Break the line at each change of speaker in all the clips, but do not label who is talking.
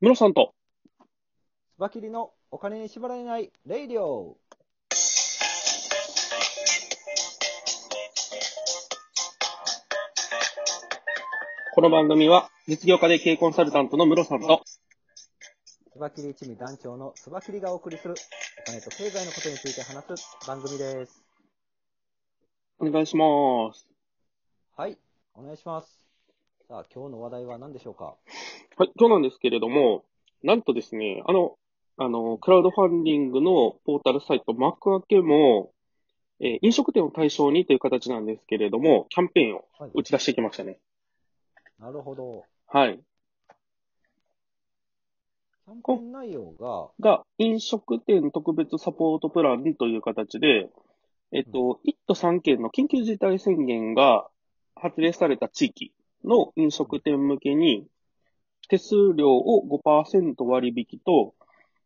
ムロさんと、
スバキリのお金に縛られないレイディオ。
この番組は、実業家で経営コンサルタントのムロさんと、
スバキリ一味団長のスバキリがお送りするお金と経済のことについて話す番組です。
お願いします。
はい、お願いします。さあ、今日の話題は何でしょうか
はい、今日なんですけれども、なんとですね、あの、あの、クラウドファンディングのポータルサイト、幕開けも、えー飲食店を対象にという形なんですけれども、キャンペーンを
はい。
打ち出してきましたね。
なるほど。
はい。
キャンペーン内容が、
が、飲食店特別サポートプランという形で、えっと、1都3県の緊急事態宣言が発令された地域の飲食店向けに、手数料を5%割引と、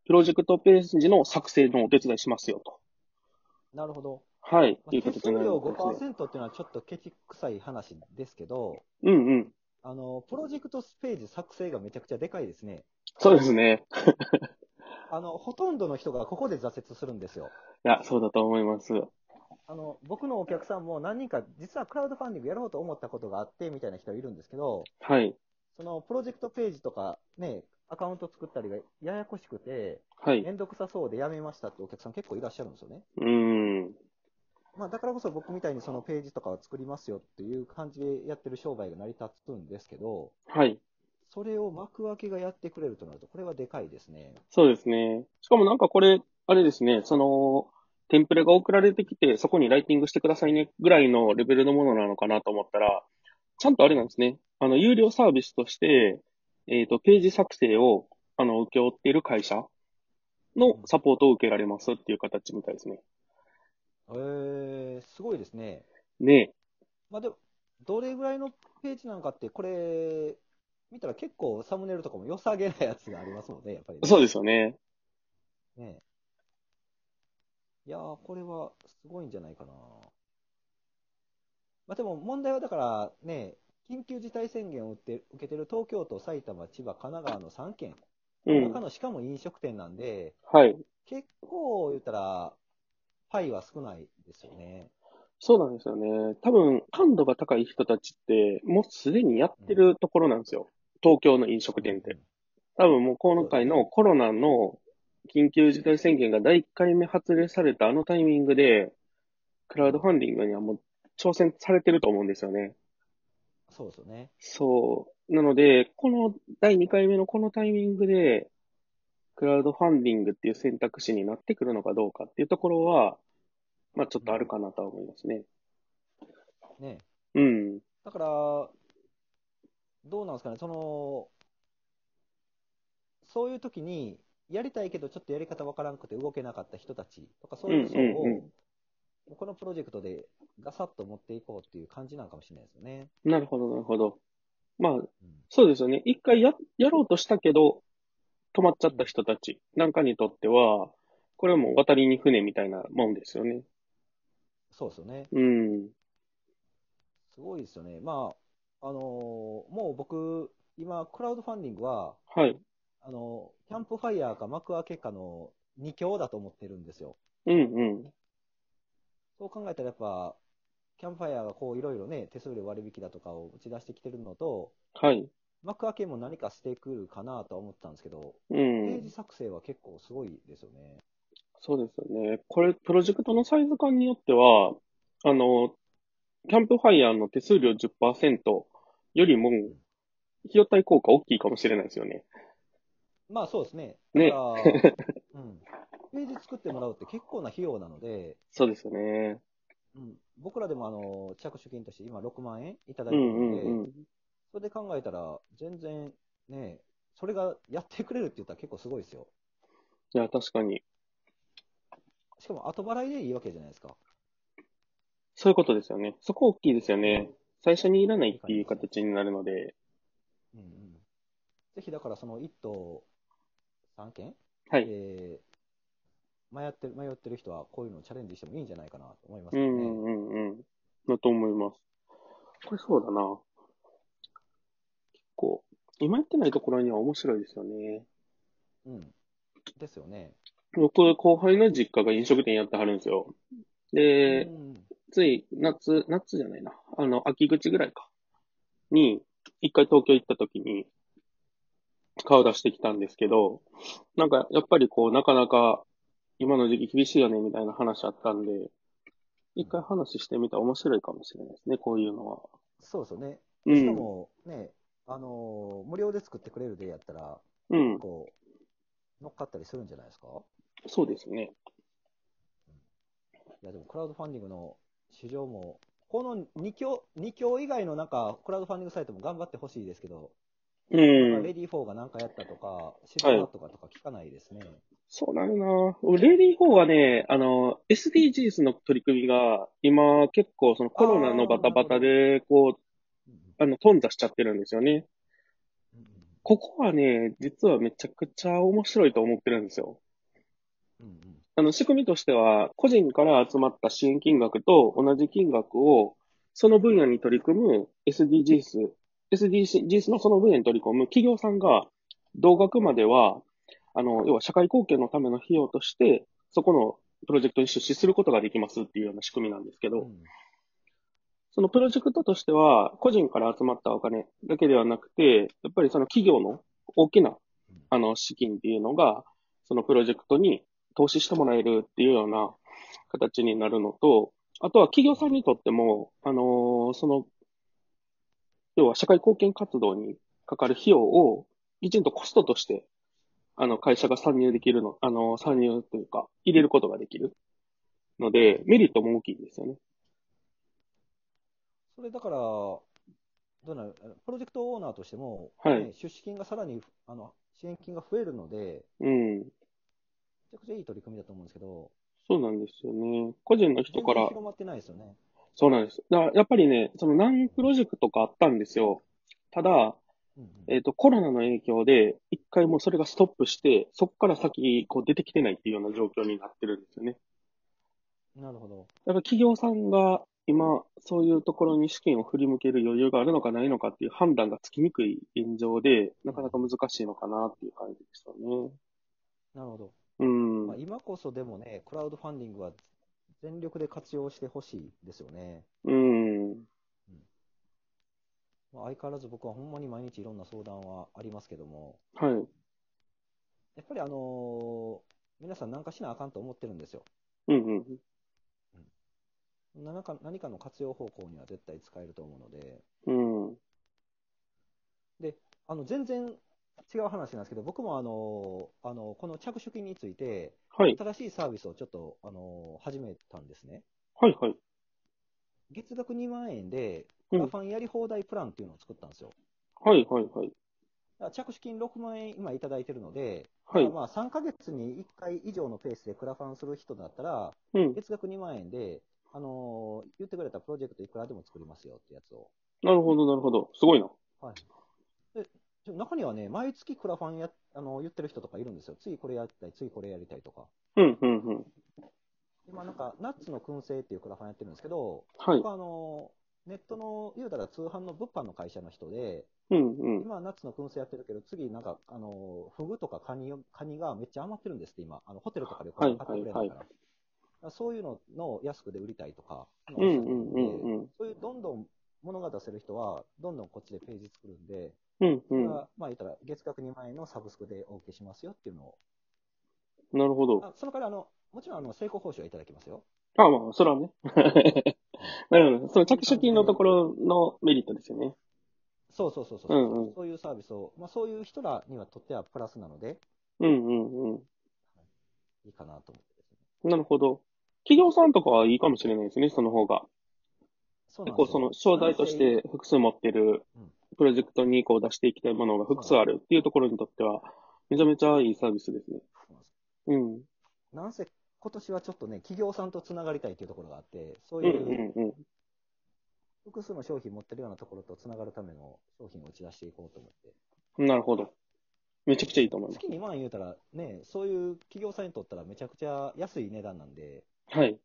プロジェクトページの作成のお手伝いしますよと。
なるほど。
はい。
ま
という
あ、
こ
手
と
数
になり
料
ますね。
5%っていうのはちょっとケチくさい話ですけど、
うんうん。
あの、プロジェクトスページ作成がめちゃくちゃでかいですね。
そうですね。
あの、ほとんどの人がここで挫折するんですよ。
いや、そうだと思います。
あの、僕のお客さんも何人か、実はクラウドファンディングやろうと思ったことがあって、みたいな人いるんですけど、
はい。
そのプロジェクトページとかね、アカウント作ったりがややこしくて、
はい
め。んどくさそうでやめましたってお客さん結構いらっしゃるんですよね。
うーん。
まあだからこそ僕みたいにそのページとかを作りますよっていう感じでやってる商売が成り立つんですけど、
はい。
それを幕開けがやってくれるとなると、これはでかいですね。
そうですね。しかもなんかこれ、あれですね、その、テンプレが送られてきて、そこにライティングしてくださいねぐらいのレベルのものなのかなと思ったら、ちゃんとあれなんですね。あの、有料サービスとして、えっと、ページ作成を、あの、請け負っている会社のサポートを受けられますっていう形みたいですね。
えー、すごいですね。
ね
まあでも、どれぐらいのページなのかって、これ、見たら結構サムネイルとかも良さげなやつがありますもんね、やっぱり
え。
ね。
そうですよね。
ねいやー、これはすごいんじゃないかな。まあでも問題はだからね、緊急事態宣言を打って受けてる東京都、埼玉、千葉、神奈川の3県、
う
他
ん。
のしかも飲食店なんで、
はい。
結構言ったら、パイは少ないですよね。
そうなんですよね。多分、感度が高い人たちって、もうすでにやってるところなんですよ。東京の飲食店って。多分もう今回のコロナの緊急事態宣言が第1回目発令されたあのタイミングで、クラウドファンディングにはもう挑戦されてると思うんですよね。
そうですよね。
そう。なので、この第2回目のこのタイミングで、クラウドファンディングっていう選択肢になってくるのかどうかっていうところは、まあちょっとあるかなとは思いますね。
ね。
うん。
だから、どうなんですかね、その、そういう時に、やりたいけど、ちょっとやり方わからなくて動けなかった人たちとか、そういう層を、
うんうんうん
もうこのプロジェクトでガサッと持っていこうっていう感じなのかもしれないですよね。
なるほど、なるほど。まあ、
うん
そうですよね。一回や、やろうとしたけど、止まっちゃった人たちなんかにとっては、これはもう渡りに船みたいなもんですよね。
そうですよね。
うん。
すごいですよね。まあ、あのーもう僕、今、クラウドファンディングは、
はい。
あのーキャンプファイヤーか幕開けかの2強だと思ってるんですよ。
うんうん。
そう考えたらやっぱ、キャンプファイヤーがこういろいろね、手数料割引だとかを打ち出してきてるのと、
はい。
幕開けも何かしてくるかなとは思ってたんですけど、
う
ペ
ん。
ージ作成は結構すごいですよね。
そうですよね。これ、プロジェクトのサイズ感によっては、あの、キャンプファイヤーの手数料10%よりも、費用対効果大きいかもしれないですよね。
まあそうですね。
ね
だ から、うん。ページ作ってもらうって結構な費用なので、
そうですよね。
うん、僕らでもあの着手金として今6万円いただいうてる
ん
ので、
うんうん。
それで考えたら、全然ね、それがやってくれるって言ったら結構すごいですよ。
いや、確かに。
しかも後払いでいいわけじゃないですか。
そういうことですよね。そこ大きいですよね。最初にいらないっていう形になるので。
うんうん、ぜひだから、その1都3県、
はい。
えー迷ってる迷ってる人はこういうのをチャレンジしてもいいんじゃないかなと思います
う
よね。
んうんうんうん。だと思います。これそうだな。結構、今やってないところには面白いですよね。
うん。ですよね。
僕、後輩の実家が飲食店やってはるんですよ。で
う、ん
つい夏、夏じゃないな。あの、秋口ぐらいか。に、一回東京行った時に、顔出してきたんですけど、なんか、やっぱりこう、なかなか、今の時期厳しいよね、みたいな話あったんで、一回話してみたら面白いかもしれないですね、こういうのは。
そうですよね。
う
しか
ん。
もね、あのー無料で作ってくれるでやったら、
うん。
こう、乗っかったりするんじゃないですか
そうですね。
いや、でもクラウドファンディングの市場も、この2強、二強以外のなんか、クラウドファンディングサイトも頑張ってほしいですけど、
う
まあ
ん
レ。ディー4が何かやったとか、シルバーとかとか聞かないですね。
そうなるな俺レディー4はね、あの、SDGs の取り組みが、今結構そのコロナのバタバタで、こ
うん
う、あの、頓挫しちゃってるんですよね。
うん
ここはね、実はめちゃくちゃ面白いと思ってるんですよ。
うんうん
あの、仕組みとしては、個人から集まった支援金額と同じ金額を、その分野に取り組む SDGs、SDGs のその分野に取り込む企業さんが、同額までは、あの、要は社会貢献のための費用として、そこのプロジェクトに出資することができますっていうような仕組みなんですけ
う
ど、
ん
そのプロジェクトとしては、個人から集まったお金だけではなくて、やっぱりその企業の大きなあの資金っていうのが、そのプロジェクトに投資してもらえるっていうような形になるのと、あとは企業さんにとっても、あのーその、要は社会貢献活動にかかる費用を、きちんとコストとして、あの、会社が参入できるの、あの、参入というか、入れることができるので、メリットも大きいんですよね。
それだから、どうなるプロジェクトオーナーとしても、
はい
ね出資金がさらにあの支援金が増えるので、
うん。
めちゃくちゃいい取り組みだと思うんですけど、
そうなんですよね。個人の人
全
か
然
ら、
広まってないですよね。
そうなんです。だからやっぱりね、その何プロジェクトかあったんですよ。ただ、
うんうん
えっ、と、コロナの影響で、一回もうそれがストップして、そこから先、こう出てきてないっていうような状況になってるんですよね。
なるほど。
だから企業さんが今、そういうところに資金を振り向ける余裕があるのかないのかっていう判断がつきにくい現状で、なかなか難しいのかなっていう感じでしたね。
なるほど。
うん
まあ、。今こそでもね、クラウドファンディングは全力で活用してほしいですよね。
うん。
まあ、相変わらず僕はほんまに毎日いろんな相談はありますけども、
はい。
やっぱりあのー皆さん何かしなあかんと思ってるんですよ。
うんうん。
何か何かの活用方向には絶対使えると思うので、
うん。
あの全然違う話なんですけど、僕もあのーあのーこの着手金について、
はい。
新しいサービスをちょっと、あのー始めたんですね。
はいはい。
月額2万円で、
う
ク
ん
ラファンやり放題プランっていうのを作ったんですよ。
はいはいはい。
だから着手金6万円今いただいてるので、
はい。
まあ3ヶ月に1回以上のペースでクラファンする人だったら、
うん。
月額2万円で、あのー言ってくれたプロジェクトいくらでも作りますよってやつを。
なるほど、なるほど。すごいな。
はい、でちょ中にはね、毎月クラファンやあの言ってる人とかいるんですよ。次これやりたい、次これやりたいとか。
うん、うん、うん。
今なんか、ナッツの燻製っていうクラファンやってるんですけど、
はい
僕。はあのーネットの、言うたら通販の物販の会社の人で、
うん、うん。
今はナッツの燻製やってるけど、次なんか、あのーフグとかカニをカニがめっちゃ余ってるんですって、今。あのホテルとか旅行で買ってくれないから。
はいはい
だからそういうのの安くで売りたいとか、
うん、うん、うん、うん。
そういうどんどん物が出せる人は、どんどんこっちでページ作るんで、
うん、う
ま
ん。
あまあ言ったら月額2万円のサブスクでお受けしますよっていうのを。
なるほど。
あその代わりあの、もちろんあの成功報酬はいただきますよ。
あ、まあ、それはね。 なるほど。その着手金のところのメリットですよね。
そうそうそうそう。
うんうん
そういうサービスを、まあそういう人らにはとってはプラスなので、
うん、うん、う
いいかなと思ってですね。
ん。なるほど。企業さんとかはいいかもしれないですね、その方が。
そうなん
結構
ですよ
その、商材として複数持ってる
うん
プロジェクトにこう出していきたいものが複数あるっていうところにとっては、めちゃめちゃいいサービスですね。うん。
なんせ今年はちょっとね、企業さんとつながりたいっていうところがあって、そう
うん、う、
いうん
うん。
複数の商品持ってるようなところとつながるための商品を打ち出していこうと思って。
なるほど。めちゃくちゃいいと思いま
月2万円言うたら、ね、そういう企業さんにとったらめちゃくちゃ安い値段なんで、
す。はい。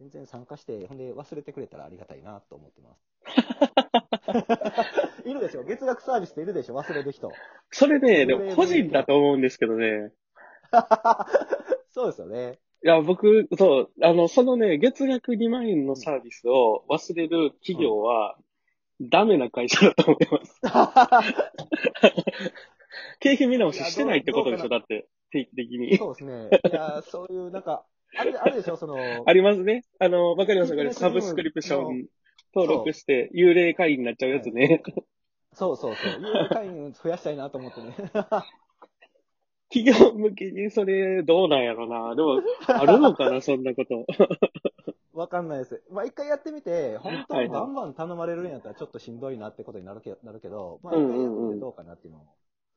全然参加して、ほんで忘れてくれたらありがたいなと思ってます。 いるでしょ月額サービスっているでしょ忘れる人。
それね、
それ
でも個人だと思うんですけどね。
そうですよ ね。
いや、僕、そう、あの、そのね、月額2万円のサービスを忘れる企業は、ダメな会社だと思い ます。経費見直ししてないってことでしょ、
いや
だって、定期的に。
そうですね。いや、そういう、なんか、あれ、あれでしょその、
ありますね。あの、わかりますわかります。サ
定期
ブ
的に
スクリプション登録して、幽霊会員になっちゃうやつね。
そうそうそう。有料会員増やしたいなと思ってね。
企業向けにそれどうなんやろな。でも、あるのかな、そんなこと。
わかんないです。まあ、一回やってみて、本当
はい
に
はい
バンバン頼まれるんやったらちょっとしんどいなってことになるけなるけど、まあ、
う
一
ん
回
うんうん
やってみてどうかなっていうのを、ちょ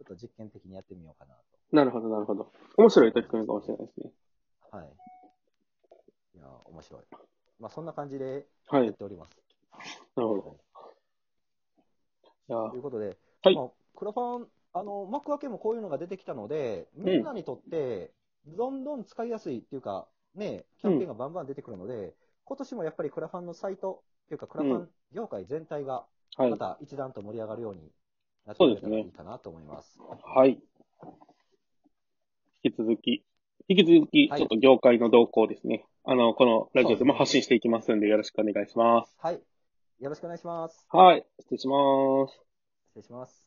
っと実験的にやってみようかな
なるほど、なるほど。面白い取り組みかもしれないですね。
と。はい。いや、面白い。まあ、そんな感じで
はい、
やっております。
なるほど。いや、
ということで、
はい
まあ、クラファン、あの、幕開けもこういうのが出てきたので、みんなにとって、どんどん使いやすいっていうか、ね、キャンペーンがバンバン出てくるので、今年もやっぱりクラファンのサイトっていうか、クラファン業界全体が
はい
ま。た一段と盛り上がるようになってくれたらいいかなと思います。
はい。引き続き、引き続き、
はい
ちょっと業界の動向ですね。あの、このラジオでも
そうですね
発信していきますんで、よろしくお願いします。
はい。よろしくお願いします。
はい。失礼します。
失礼します。